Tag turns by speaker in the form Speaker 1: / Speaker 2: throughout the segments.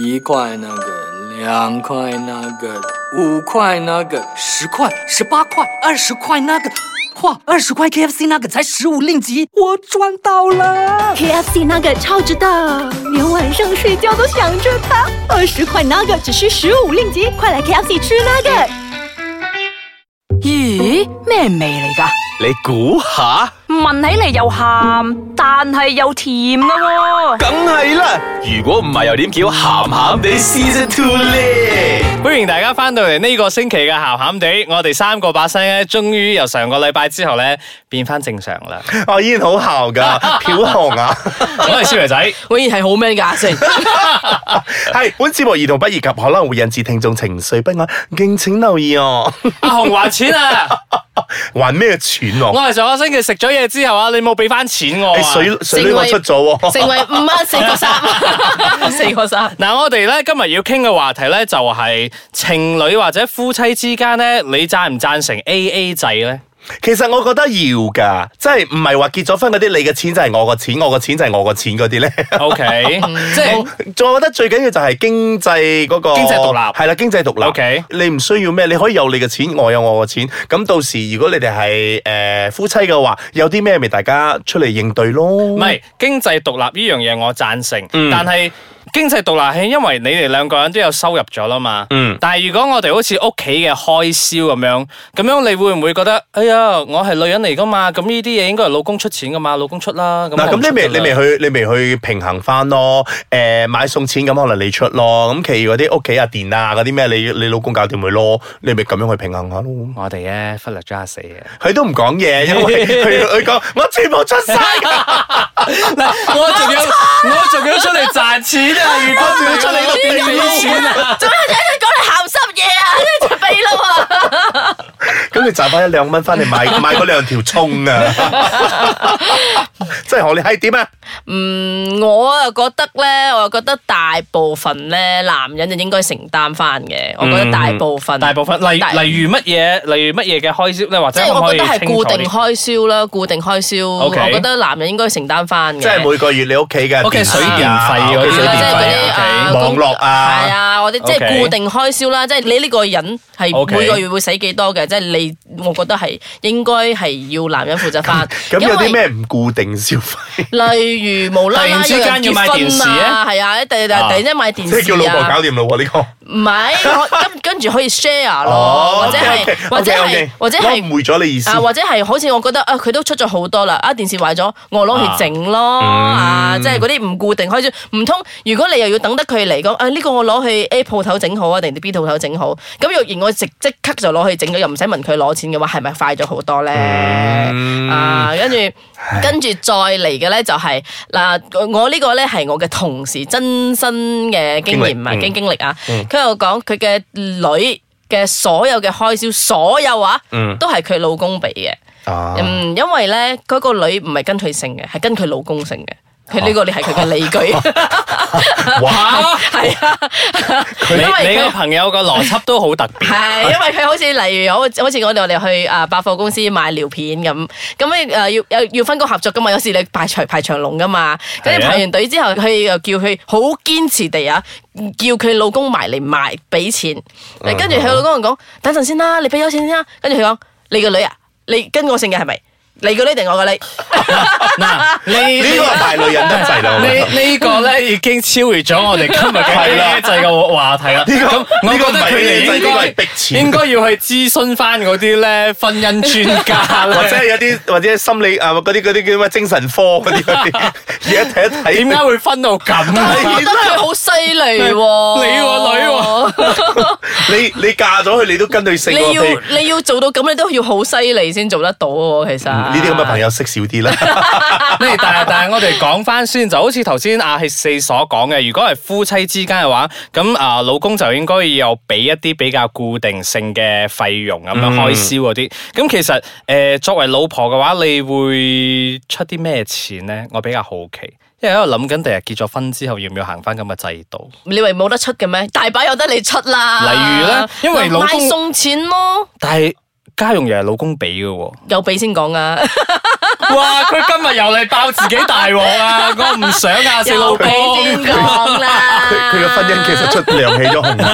Speaker 1: 一块那个，两块那个，五块那个，
Speaker 2: 十块、十八块、二十块那个，哇，二十块 KFC 那个才十五令吉，我赚到了！
Speaker 3: KFC 那个超值的，连晚上睡觉都想着它。二十块那个只需十五令吉，快来 KFC 吃那个。
Speaker 4: 咦，咩味嚟噶？
Speaker 5: 你估下，
Speaker 4: 闻起嚟又咸，但系又甜噶喎、
Speaker 5: 梗係啦！如果唔係又點叫鹹鹹地 Season Two 咧？
Speaker 6: 欢迎大家翻到嚟呢個星期嘅咸咸地，我哋三個把聲咧，終於由上個禮拜之後咧變翻正常 啦。
Speaker 5: 我依然好姣 噶，漂紅啊！
Speaker 6: 我係小肥仔，
Speaker 2: 永然係好 man 㗎阿成，
Speaker 5: 係本節目兒童不宜及可能會引致聽眾情緒不安，敬請留意哦。
Speaker 6: 阿紅還錢啊！
Speaker 5: 還咩錢
Speaker 6: 我
Speaker 5: 哦？
Speaker 6: 係上個星期食咗嘢之後啊，你冇俾翻錢我啊
Speaker 5: 你水水呢
Speaker 2: 成
Speaker 5: 我
Speaker 2: 為
Speaker 5: 出咗喎。
Speaker 2: 成為五蚊四個三， 四個三。
Speaker 6: 嗱，我哋咧今日要傾嘅話題咧就係情侶或者夫妻之間咧，你贊唔贊成 A A 制咧？
Speaker 5: 其實我覺得要噶，即係唔係話結咗婚嗰啲，你嘅錢就係我個錢，我個錢就係我個錢嗰啲咧。
Speaker 6: O K，即係
Speaker 5: 仲我覺得最緊要就係經濟嗰個
Speaker 6: 經濟獨立
Speaker 5: 係啦，經濟獨立。
Speaker 6: OK
Speaker 5: 你唔需要咩，你可以有你嘅錢，我有我嘅錢。咁到時如果你哋係誒夫妻嘅話，有啲咩咪大家出嚟應對咯。
Speaker 6: 唔
Speaker 5: 唔
Speaker 6: 係經濟獨立呢樣嘢我贊成，
Speaker 5: 嗯
Speaker 6: 但係經濟獨立係因為你哋兩個人都有收入咗啦嘛。
Speaker 5: 嗯
Speaker 6: 但係如果我哋好似屋企嘅開銷咁樣，咁樣你會唔會覺得，哎呀，我係女人嚟噶嘛，咁呢啲嘢應該係老公出錢噶嘛，老公出啦。
Speaker 5: 嗱，
Speaker 6: 我唔
Speaker 5: 咁你咪
Speaker 6: 出㗎
Speaker 5: 你
Speaker 6: 啦
Speaker 5: 咪去你咪去平衡翻咯，誒買餸錢咁可能你出咯，咁其餘嗰啲屋企啊電啊嗰啲咩，你你老公搞掂佢咯，你咪咁樣去平衡下咯。
Speaker 6: 我哋咧忽略咗阿四啊！
Speaker 5: 佢都唔講嘢，因為佢佢講我全部出晒㗎，
Speaker 6: 我仲要我仲要出嚟賺錢啊！如果仲要出 嚟邊俾錢啊！
Speaker 2: 做咩你講嚟鹹濕嘢啊？你出鼻啦喎！
Speaker 5: 咁你賺翻一兩蚊翻嚟買買嗰兩條葱啊，真係學你閪點啊！
Speaker 2: 嗯，我啊覺得咧，我又覺得大部分咧男人就應該承擔翻嘅。我覺得大部分，
Speaker 6: 嗯大部分例
Speaker 2: 大
Speaker 6: 例如乜嘢，例如乜嘢嘅開銷咧，或
Speaker 2: 即
Speaker 6: 者
Speaker 2: 係
Speaker 6: 可唔
Speaker 2: 我
Speaker 6: 可
Speaker 2: 覺
Speaker 6: 以
Speaker 2: 得係
Speaker 6: 清
Speaker 2: 固
Speaker 6: 楚啲
Speaker 2: 定開銷啦，固定開銷，我
Speaker 6: OK
Speaker 2: 覺得男人應該承擔翻嘅。
Speaker 5: 即係每個月你屋企嘅
Speaker 6: 屋企
Speaker 5: 電視
Speaker 6: 水電
Speaker 5: 啊
Speaker 6: 費嗰啲
Speaker 5: 屋企水
Speaker 2: 即係
Speaker 5: 電
Speaker 2: 嗰
Speaker 5: 費
Speaker 2: 啲
Speaker 5: 啊
Speaker 2: 啊，
Speaker 5: 網絡
Speaker 2: 係
Speaker 5: 啊，
Speaker 2: 啊，我哋即係
Speaker 6: OK
Speaker 2: 固定開銷啦，即係你呢個人
Speaker 6: OK
Speaker 2: 係每個月會使幾多嘅，即係你，我覺得係應該係要男人負責翻。
Speaker 5: 咁有啲
Speaker 2: 啊因為
Speaker 5: 咩唔固定消 費？
Speaker 2: 例如無啦啦
Speaker 6: 突然之間要買電視
Speaker 2: 啊，係啊，突然突然之間買電
Speaker 5: 即
Speaker 2: 視啊，
Speaker 5: 係叫老婆搞掂咯喎呢個。
Speaker 2: 唔係，我跟跟住可以 share 咯，
Speaker 5: 哦
Speaker 2: 或者係
Speaker 5: OK，OK，
Speaker 2: 或者
Speaker 5: OK，OK，
Speaker 2: 係或者
Speaker 5: 我誤
Speaker 2: 係
Speaker 5: 會咗你意思
Speaker 2: 啊，。或者係好似我覺得啊，佢都出咗好多啦，啊電視壞咗，我攞去整
Speaker 5: 嗯
Speaker 2: 咯啊，即係嗰啲唔固定開始，唔通如果你又要等得佢嚟講啊呢個我攞去 A 鋪頭整好啊，定 B 鋪頭整好，咁若然我直即刻就攞去整咗，又唔使問佢攞錢嘅話，係咪快咗好多咧？
Speaker 5: 嗯
Speaker 2: 啊， 跟住跟住再嚟嘅咧就係嗱，我呢個咧係我嘅同事真身嘅經驗唔係
Speaker 5: 經歷嗯
Speaker 2: 經經歷啊，佢又講佢嘅女嘅所有嘅開銷，所有啊，
Speaker 5: 嗯
Speaker 2: 都係佢老公俾嘅。
Speaker 5: 啊
Speaker 2: 嗯，因為咧嗰、個女唔係跟佢姓嘅，係跟佢老公姓嘅。佢呢個你係佢嘅理 據，
Speaker 6: 哇！
Speaker 2: 係啊，
Speaker 6: 你
Speaker 2: 因為
Speaker 6: 你個
Speaker 2: 佢。
Speaker 6: 朋友個邏輯都好特別。
Speaker 2: 係，因為佢好似例如好好似我哋我哋去啊百貨公司買尿片咁，咁你誒要要要分工合作噶嘛，有時你排長排長龍噶嘛，跟住
Speaker 6: 係啊
Speaker 2: 排完隊之後，佢又叫佢好堅持地啊，叫佢老公埋嚟埋俾錢，跟住佢老公就講：等陣先啦，你俾咗錢先啦。跟住佢講：你個女啊，你跟我姓嘅係咪？你個女定我個女？
Speaker 6: 嗱，你
Speaker 5: 呢個大女人得滯啦，我覺得
Speaker 6: 呢呢個咧已經超越咗我哋今日嘅
Speaker 5: 係啦
Speaker 6: 呢制嘅話題啦。
Speaker 5: 呢個
Speaker 6: 咁我
Speaker 5: 呢個
Speaker 6: 覺得
Speaker 5: 唔係
Speaker 6: 佢
Speaker 5: 呢個制
Speaker 6: 哋
Speaker 5: 呢個係
Speaker 6: 應
Speaker 5: 逼
Speaker 6: 該
Speaker 5: 錢
Speaker 6: 應該要去諮詢翻嗰啲咧婚姻專家
Speaker 5: 或者
Speaker 6: 咧。
Speaker 5: 係有啲或者心理啊嗰啲嗰啲叫咩精神科嗰啲 嗰啲，而家睇一睇
Speaker 6: 點
Speaker 2: 啊
Speaker 6: 解會分到咁
Speaker 2: 我
Speaker 6: 啊？
Speaker 2: 覺得佢好犀利喎，你
Speaker 6: 你
Speaker 2: 女喎。
Speaker 5: 你你嫁咗佢，你都跟佢姓
Speaker 2: 你
Speaker 5: 喎。
Speaker 2: 要
Speaker 5: 譬如
Speaker 2: 你要做到咁，你都要好犀利先做得到喎。其實
Speaker 5: 嗯呢啲咁嘅朋友識少啲啦。
Speaker 6: 咩？但係但係我哋講翻先，就好似頭先阿四所講嘅，如果係夫妻之間嘅話，咁啊老公就應該要有俾一啲比較固定性嘅費用咁樣開銷嗰啲。咁、其實誒、呃作為老婆嘅話，你會出啲咩錢咧？我比較好奇。因為喺度諗緊，第日結咗婚之後要唔要行翻咁嘅制度？
Speaker 2: 你以為冇得出嘅咩？大把有得你出啦。
Speaker 6: 例如呢因為老公
Speaker 2: 買餸錢咯，
Speaker 6: 但係家用又係老公俾嘅喎。
Speaker 2: 有俾先講 啊，
Speaker 6: 哇！佢今日又嚟爆自己大鑊啊！我唔想啊，四老
Speaker 2: 有
Speaker 6: 公
Speaker 2: 俾。先講啦。
Speaker 5: 佢佢嘅婚姻其 實出亮起咗紅燈，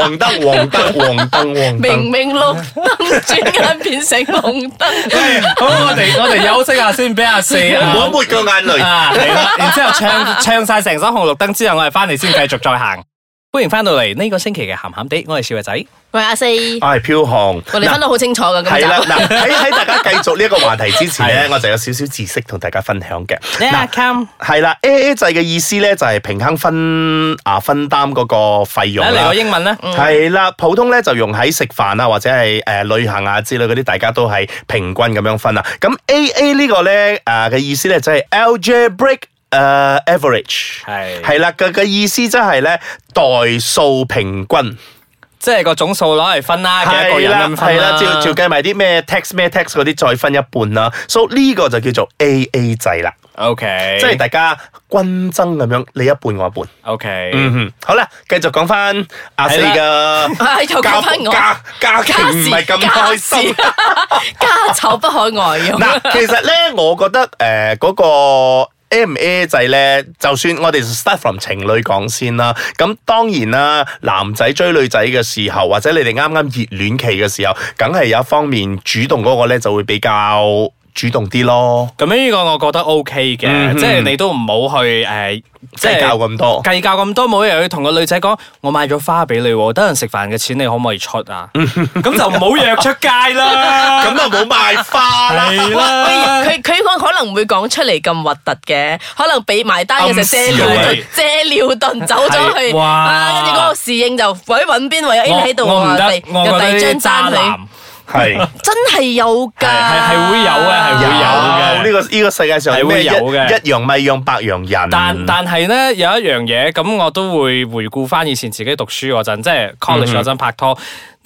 Speaker 5: 黃燈黃燈黃燈黃
Speaker 2: 明
Speaker 5: 燈。
Speaker 2: 明綠燈，轉眼變成紅燈。
Speaker 6: 喂 好，我哋我哋休息下先，俾阿四
Speaker 5: 唔
Speaker 6: 啊
Speaker 5: 好抹個眼淚。
Speaker 6: 啊，嚟啦！然之後唱唱晒成首紅綠燈之後，我哋翻嚟先繼續再行。歡迎翻到嚟呢個星期嘅鹹鹹地，我係小慧仔。
Speaker 2: 喂，阿四，我
Speaker 5: 唉，飄紅。
Speaker 2: 哋分得好清楚噶，咁
Speaker 5: 啊係 啦，
Speaker 2: 就
Speaker 5: 嗱喺喺大家繼續呢一個話題之前咧，我就有少少知識同大家分享嘅。嗱
Speaker 6: come，
Speaker 5: 係啦，A A 制嘅意思咧就係平衡分啊分擔嗰個費用
Speaker 6: 嚟
Speaker 5: 啦
Speaker 6: 個。英文咧，
Speaker 5: 係啦，普通咧就用喺食飯啊，或者係誒、呃旅行啊之類嗰啲，大家都係平均咁樣分啊。咁 A A 呢個咧誒嘅意思咧就係 algebraic 誒、average
Speaker 6: 係
Speaker 5: 係啦，佢嘅意思即係咧代數平均。
Speaker 6: 即係個總數攞嚟分啦，嘅一個
Speaker 5: 係
Speaker 6: 人
Speaker 5: 啦，嗯
Speaker 6: 咁分
Speaker 5: 係啦，照照計埋啲咩 tax 咩 tax 嗰啲，再分一半啦。所以呢個就叫做 A A 制啦，
Speaker 6: OK，
Speaker 5: 即係大家均爭咁樣，你一半我一半。
Speaker 6: OK。
Speaker 5: 嗯哼，好啦，繼續講翻阿四
Speaker 6: 係
Speaker 2: 啊
Speaker 5: 嘅
Speaker 2: 又講返我
Speaker 5: 家
Speaker 2: 家
Speaker 5: 家庭唔
Speaker 2: 事
Speaker 5: 係咁開 心。
Speaker 2: 家醜不可外揚。
Speaker 5: 嗱，其實咧，我覺得誒嗰、個。M A 制咧，就算我哋 start from 情侶講先啦。咁當然啦，男仔追女仔嘅時候，或者你哋啱啱熱戀期嘅時候，梗係有一方面主動嗰個咧就會比較主動啲咯。
Speaker 6: 咁樣呢個我覺得 OK 嘅，
Speaker 5: 嗯
Speaker 6: 即係你都唔好去誒，呃即係
Speaker 5: 計較咁多
Speaker 6: 計較咁多，冇理由要同個女仔講，我買咗花俾你喎，得閒食飯嘅錢你可唔可以出啊？咁就唔好約出街 啦。
Speaker 5: 咁啊冇賣花啦，
Speaker 6: 係
Speaker 2: 佢
Speaker 6: 啦，
Speaker 2: 佢佢可能唔會講出嚟咁核突嘅，可能俾埋單嘅時候
Speaker 6: 暗示
Speaker 2: 借尿
Speaker 6: 佢
Speaker 2: 遁，借尿遁走咗去，
Speaker 6: 係哇
Speaker 2: 啊跟住嗰個侍應就喂揾邊位，哎
Speaker 6: 我
Speaker 2: 你喺度
Speaker 6: 我唔
Speaker 2: 啊，
Speaker 6: 得，
Speaker 2: 第
Speaker 6: 我
Speaker 2: 有
Speaker 6: 覺
Speaker 2: 第
Speaker 6: 得
Speaker 2: 二
Speaker 6: 啲
Speaker 2: 張
Speaker 6: 渣
Speaker 2: 單
Speaker 6: 男
Speaker 2: 你，
Speaker 5: 係。
Speaker 2: 真係有㗎，
Speaker 6: 係係係會有嘅係會有嘅
Speaker 5: 呢、個呢、個世界上
Speaker 6: 係會
Speaker 5: 咩一
Speaker 6: 有嘅
Speaker 5: 一樣米養百樣人，
Speaker 6: 但但係咧有一樣嘢，咁我都會回顧翻以前自己讀書嗰陣，即係 college 嗰陣拍拖。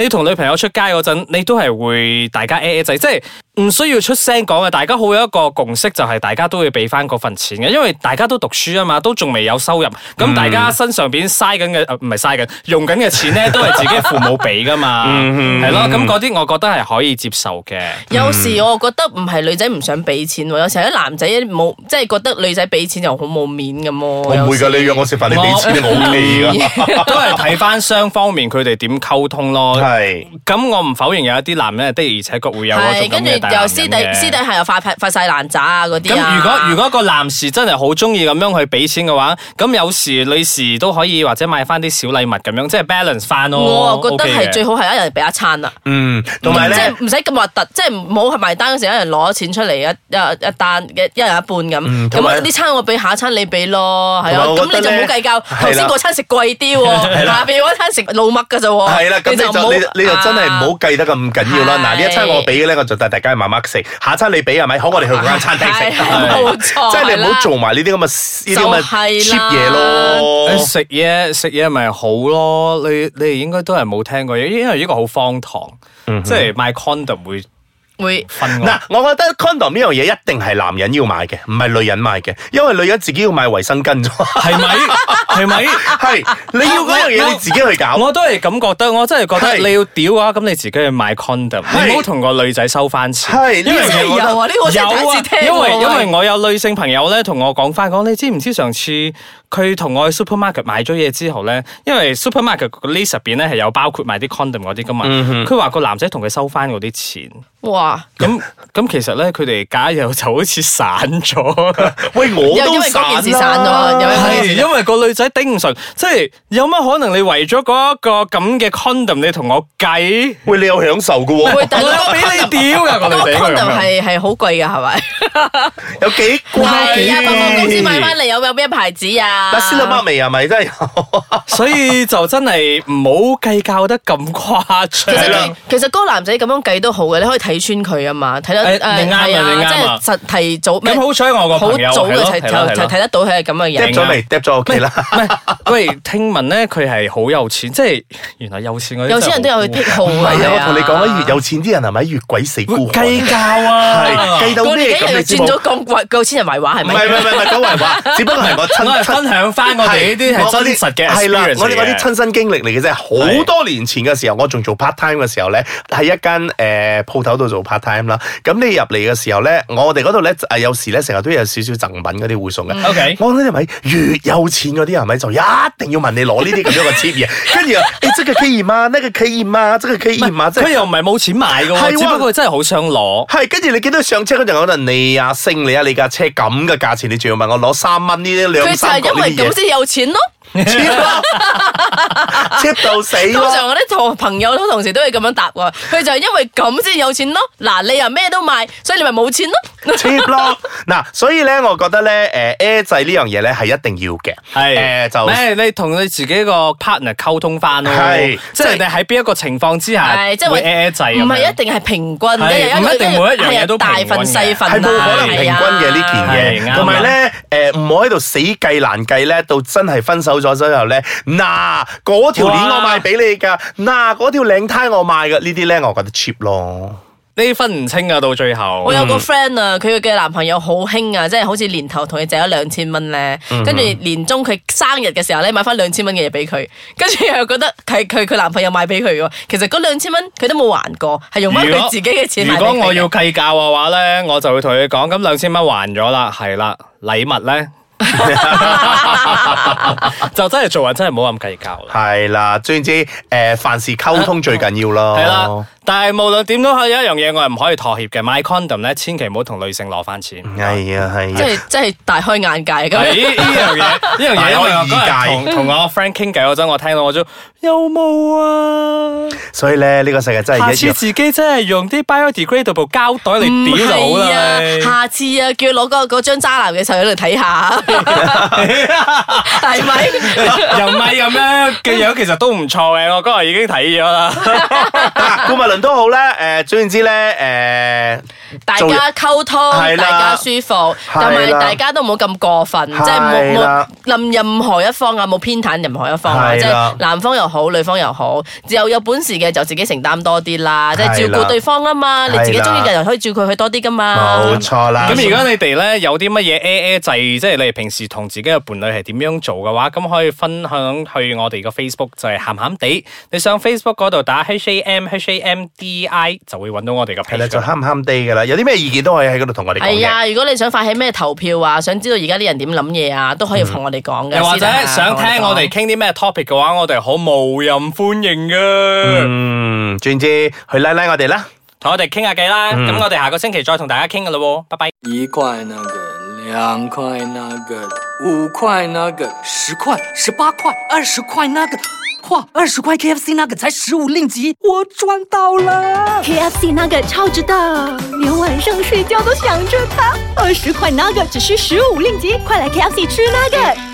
Speaker 6: 你同女朋友出街嗰陣，你都係會大家 A A 制，即係唔需要出聲講啊嘅。大家好有一個共識，就係大家都會俾翻嗰份錢嘅，因為大家都讀書啊嘛，都仲未有收入，咁大家身上邊嘥緊嘅呃唔係嘥緊，用緊嘅錢咧都係自己父母俾噶嘛，係咯。咁嗰啲我覺得係可以接受嘅。
Speaker 2: 有時我覺得唔係女仔唔想俾錢喎，有時候啲男仔冇即係覺得女仔俾錢又好冇面咁喎。
Speaker 5: 我唔
Speaker 2: 有
Speaker 5: 會
Speaker 2: 時
Speaker 5: 㗎，你約我食飯，你俾錢我 OK 㗎。
Speaker 6: 都係睇翻雙方面佢哋點溝通咯。
Speaker 5: 係。
Speaker 6: 咁我唔否認有一啲男人的而且確會有嗰
Speaker 2: 係
Speaker 6: 種
Speaker 2: 跟住
Speaker 6: 咁嘅大男
Speaker 2: 又
Speaker 6: 人
Speaker 2: 私
Speaker 6: 嘅
Speaker 2: 底私底下又發發晒爛渣啊嗰啲
Speaker 6: 咁
Speaker 2: 啊
Speaker 6: 如果如果個男士真係好中意咁樣去俾錢嘅話，咁有時女士都可以或者買翻啲小禮物咁樣，即係 balance 翻咯。
Speaker 2: 我啊覺得
Speaker 6: OK 嘅
Speaker 2: 係最好係一人俾一餐啦。
Speaker 5: 嗯，同埋
Speaker 2: 即
Speaker 5: 咧，
Speaker 2: 係唔使咁核突，即係唔好係埋單嗰時，有人攞錢出嚟一一一單嘅一人一半咁。
Speaker 5: 嗯同
Speaker 2: 咁
Speaker 5: 埋
Speaker 2: 啊呢餐我俾，下一餐你俾咯，係啊。
Speaker 5: 同埋我
Speaker 2: 咁
Speaker 5: 覺得
Speaker 2: 你就唔
Speaker 5: 咧
Speaker 2: 好計較，
Speaker 5: 係啦
Speaker 2: 頭先嗰餐食貴啲喎，下邊嗰餐食老麥㗎咋喎。
Speaker 5: 係啦，咁你
Speaker 2: 唔好
Speaker 5: 就你你就真係唔好
Speaker 2: 啊
Speaker 5: 計得咁緊要啦。嗱，
Speaker 2: 係
Speaker 5: 呢一餐我俾嘅咧，我就帶大家去慢慢食；下餐你俾係咪？好，我哋去嗰間餐廳
Speaker 2: 係
Speaker 5: 食。
Speaker 2: 係冇錯
Speaker 5: 即係你唔好
Speaker 2: 啦
Speaker 5: 做埋呢啲咁嘅呢啲咁
Speaker 2: 就係
Speaker 5: 嘅 cheap
Speaker 2: 啦
Speaker 5: 嘢咯。
Speaker 6: 誒食嘢食嘢咪好咯，你你哋應該都係冇聽過，因為呢個好荒唐，即係買 condom 會
Speaker 2: 會
Speaker 6: 分
Speaker 5: 嗯
Speaker 6: 我
Speaker 5: 嗱，我覺得 condom 呢樣嘢一定係男人要買嘅，唔係女人買嘅，因為女人自己要買衛生巾啫。
Speaker 6: 係咪係咪？
Speaker 5: 係，你要嗰樣嘢你自己去搞。
Speaker 6: 我都係咁覺得，我真係覺
Speaker 5: 係
Speaker 6: 得你要屌嘅話，咁你自己去買 condom，
Speaker 5: 係
Speaker 6: 你唔好同個女仔收翻錢。
Speaker 5: 係呢
Speaker 6: 因為
Speaker 2: 真
Speaker 5: 樣
Speaker 2: 係
Speaker 5: 嘢我覺得
Speaker 2: 有啊！呢個我真係第一次聽喎。
Speaker 6: 因為因為
Speaker 2: 喂
Speaker 6: 我有女性朋友咧，同我講翻講，你知唔知上次佢同我去 supermarket 買咗嘢之後咧，因為 supermarket 個 list 入邊咧係有包括埋啲 condom 嗰啲噶嘛，嗯佢話、個男仔同佢收翻嗰啲錢，
Speaker 2: 哇，
Speaker 6: 咁咁其實咧佢哋假又就好似散咗，
Speaker 5: 喂，我
Speaker 2: 又
Speaker 5: 都
Speaker 2: 因為嗰件事
Speaker 5: 散
Speaker 2: 散咗啊
Speaker 5: 啦
Speaker 2: 又因為嗰件
Speaker 6: 係因為個女仔頂唔順，即係有乜可能你為咗嗰一個咁嘅 condom 你同我計？
Speaker 5: 喂，你有享受嘅喎，
Speaker 2: 喂但係
Speaker 6: 我有俾你屌噶個
Speaker 2: 嗰個
Speaker 6: 女仔咁
Speaker 2: condom
Speaker 6: 樣
Speaker 2: 係係好貴㗎，係咪？
Speaker 5: 有幾貴？
Speaker 2: 係啊，百貨公司買翻嚟有有咩牌子啊？
Speaker 5: 嗱，先啦，媽咪係咪真係有？
Speaker 6: 所以就真係唔好計較得咁誇
Speaker 2: 其實
Speaker 6: 張。
Speaker 2: 佢其實嗰個男仔咁樣計都好嘅，你可以睇睇穿佢啊嘛，睇得
Speaker 6: 誒
Speaker 2: 誒
Speaker 6: 你啱啊
Speaker 2: 係
Speaker 6: 你啱啊
Speaker 2: 即係實提早咩
Speaker 6: 咁好彩我個
Speaker 2: 好
Speaker 6: 朋友
Speaker 2: 早
Speaker 6: 係
Speaker 2: 嘅
Speaker 6: 咯
Speaker 2: 睇
Speaker 6: 係咯啊
Speaker 2: 就
Speaker 6: 係咯
Speaker 2: 就睇得到佢係咁嘅
Speaker 5: 嗒
Speaker 2: 人。
Speaker 5: 咗未？嗒咗 OK 啦。
Speaker 6: 唔係，喂，聽聞咧佢係好有錢，即係原來有錢嗰啲
Speaker 2: 有錢人都有佢癖好
Speaker 5: 唔
Speaker 2: 啊！
Speaker 5: 係啊，我同你講啦，
Speaker 2: 係
Speaker 5: 越有錢啲人係咪越 鬼死孤寒？
Speaker 6: 計較啊，
Speaker 5: 係計到
Speaker 2: 我哋
Speaker 5: 咩
Speaker 2: 而家
Speaker 5: 咁？
Speaker 2: 又
Speaker 5: 你知冇
Speaker 2: 轉咗咁貴夠錢人為話係
Speaker 5: 唔
Speaker 2: 咪？
Speaker 5: 係唔係唔係唔係講 壞話，只不過係我親
Speaker 6: 我係分享返我哋呢啲係真實嘅
Speaker 5: 係啦，
Speaker 6: experience
Speaker 5: 我哋我
Speaker 6: 嚟
Speaker 5: 啲
Speaker 6: 嘅
Speaker 5: 親身經歷嚟嘅啫。好多年前嘅時候，我仲做 part time 嘅時候咧，喺一間誒鋪頭度做 part time 啦。咁你入嚟嘅時候咧，我哋嗰度咧誒有時咧成日都有少少贈品嗰啲會送嘅。
Speaker 6: OK
Speaker 5: 我覺得係咪越有錢嗰啲係咪就一定要問你攞呢啲咁樣嘅 tip 嘢？跟住又誒，這個可以嗎？那個可以嗎？這個可以嗎？即係
Speaker 6: 佢又唔係冇錢買嘅
Speaker 5: 係
Speaker 6: 喎，
Speaker 5: 喎
Speaker 6: 只不過真係好想攞。
Speaker 5: 係，跟住你見到上車嗰陣，我覺得你啊升你啊，你架車咁嘅價錢，你仲要問我攞三蚊呢啲兩
Speaker 2: 佢就
Speaker 5: 三
Speaker 2: 係
Speaker 5: 角
Speaker 2: 因
Speaker 5: 呢
Speaker 2: 為
Speaker 5: 啲
Speaker 2: 咁
Speaker 5: 嘢，
Speaker 2: 先有錢咯。
Speaker 5: 黐啦，黐到死
Speaker 2: 通
Speaker 5: 咯！
Speaker 2: 常我啲同朋友同事都會咁樣答喎，佢就係因為咁先有錢咯。嗱，你又咩都賣，所以你咪冇錢咯。
Speaker 5: cheap 咯，嗱，所以咧，我覺得咧，誒 A 制呢樣嘢咧係一定要嘅，誒就
Speaker 6: 咩？你同你自己個 partner 溝通翻咯，
Speaker 5: 係
Speaker 6: 即係你喺邊一個情況之下
Speaker 2: 係即係
Speaker 6: 會
Speaker 2: 話
Speaker 6: A A 制咁樣
Speaker 2: 唔係一定係平均
Speaker 6: 係
Speaker 2: 嘅，
Speaker 6: 唔一定每一樣嘢
Speaker 2: 係啊
Speaker 6: 都
Speaker 2: 大份
Speaker 6: 平均嘅
Speaker 2: 細份啊
Speaker 5: 係冇可能平均嘅呢件
Speaker 6: 係
Speaker 5: 嘢，
Speaker 6: 啊
Speaker 5: 同埋咧誒唔好喺度死計難計咧，到真係分手咗之後咧，嗱嗰條鏈我賣俾你㗎，嗱嗰條領呔我賣㗎，呢啲咧我覺得 cheap 咯。
Speaker 6: 呢分唔清啊，到最後。
Speaker 2: 我有
Speaker 5: 嗯
Speaker 2: 個 friend 啊，佢嘅男朋友好興啊，即係好似年頭同佢借咗兩千蚊咧，
Speaker 6: 嗯
Speaker 2: 跟住年中佢生日嘅時候咧買翻兩千蚊嘅嘢俾佢，跟住又覺得係佢佢男朋友買俾佢喎。其實嗰兩千蚊佢都冇還過，係用翻
Speaker 6: 如果
Speaker 2: 佢自己嘅錢
Speaker 6: 如
Speaker 2: 買俾
Speaker 6: 果
Speaker 2: 佢嘅
Speaker 6: 我要計較嘅話咧，我就會同佢講，咁兩千蚊還咗啦，係啦，禮物 咧就真係做人真係唔好咁計較啦。
Speaker 5: 係啦，總言之，誒、凡事溝通最緊要咯。
Speaker 6: 係啦，但係無論點都係有一樣嘢我係唔可以妥協嘅，買 condom 咧千祈唔好同女性攞翻錢。
Speaker 5: 係啊，係
Speaker 2: 即
Speaker 5: 啊，
Speaker 2: 係即係大開眼 界咁
Speaker 6: 係
Speaker 2: 樣。
Speaker 6: 呢呢樣嘢，呢樣
Speaker 5: 大
Speaker 6: 嘢，因為我嗰
Speaker 5: 開
Speaker 6: 日
Speaker 5: 眼界
Speaker 6: 同同我 friend 傾偈嗰陣，我聽到我都有冇啊？
Speaker 5: 所以咧，呢、個世界真係
Speaker 6: 下
Speaker 5: 嗯一
Speaker 6: 次
Speaker 5: 樣。
Speaker 6: 自己真係用啲 biodegradable 膠袋
Speaker 2: 唔
Speaker 6: 嚟屌就好
Speaker 2: 係
Speaker 6: 啦。
Speaker 2: 啊，下次啊，叫佢攞嗰嗰張渣男嘅手喺度睇下，係咪？
Speaker 6: 又唔係咁樣嘅樣，其實都唔錯嘅。我嗰日已經睇咗 啦。
Speaker 5: 嗱，啊顧物倫都好啦，誒、總言之咧，誒、
Speaker 2: 大
Speaker 5: 做
Speaker 2: 家溝通，
Speaker 5: 係
Speaker 2: 大
Speaker 5: 啦
Speaker 2: 家舒服，
Speaker 5: 係啦
Speaker 2: 同埋大家都冇咁過分，即
Speaker 5: 係
Speaker 2: 係冇冇
Speaker 5: 啦
Speaker 2: 冧任何一方啊，冇偏袒任何一方啊，
Speaker 5: 係
Speaker 2: 即
Speaker 5: 啦
Speaker 2: 係男方又好，女方又好，有有本事嘅就自己承擔多啲啦，即係
Speaker 5: 係
Speaker 2: 照
Speaker 5: 啦
Speaker 2: 顧對方啊嘛，你
Speaker 5: 係啦
Speaker 2: 自己中意嘅人可以照顧佢多啲噶嘛
Speaker 5: 冇。錯啦。
Speaker 6: 咁而家你哋咧有啲乜嘢 A A 制，即係你哋平時同自己嘅伴侶係點樣做嘅話，咁可以分享去我哋個 Facebook 就係鹹鹹地。你上 Facebook 嗰度打 H A M H A M D I 就會揾到我哋個
Speaker 5: 係啦，就
Speaker 6: page
Speaker 5: 慳唔慳地㗎啦，有啲咩意見都可以喺嗰度同我哋講
Speaker 2: 係
Speaker 5: 嘅。
Speaker 2: 啊，如果你想發起咩投票啊，想知道而家啲人點諗嘢啊，都可以同我哋講嘅。
Speaker 6: 又或
Speaker 2: 私底
Speaker 6: 者
Speaker 2: 下
Speaker 6: 想
Speaker 2: 同
Speaker 6: 聽我哋
Speaker 2: 講
Speaker 6: 傾啲咩 topic 嘅話，我哋好無任歡迎嘅，
Speaker 5: 嗯，總言之，去拉拉我哋啦。
Speaker 6: 同我哋傾下偈啦。
Speaker 5: 嗯
Speaker 6: 咁我哋下個星期再同大家傾嘅啦喎，拜拜。
Speaker 1: 一块那个，两块那个，五块那个，十块、十八块、二十块那个，哇，二十块 KFC 那个才十五令吉，我赚到了！
Speaker 3: KFC 那个超值的，连晚上睡觉都想着它。二十块那个只需十五令吉，快来 KFC 吃那个。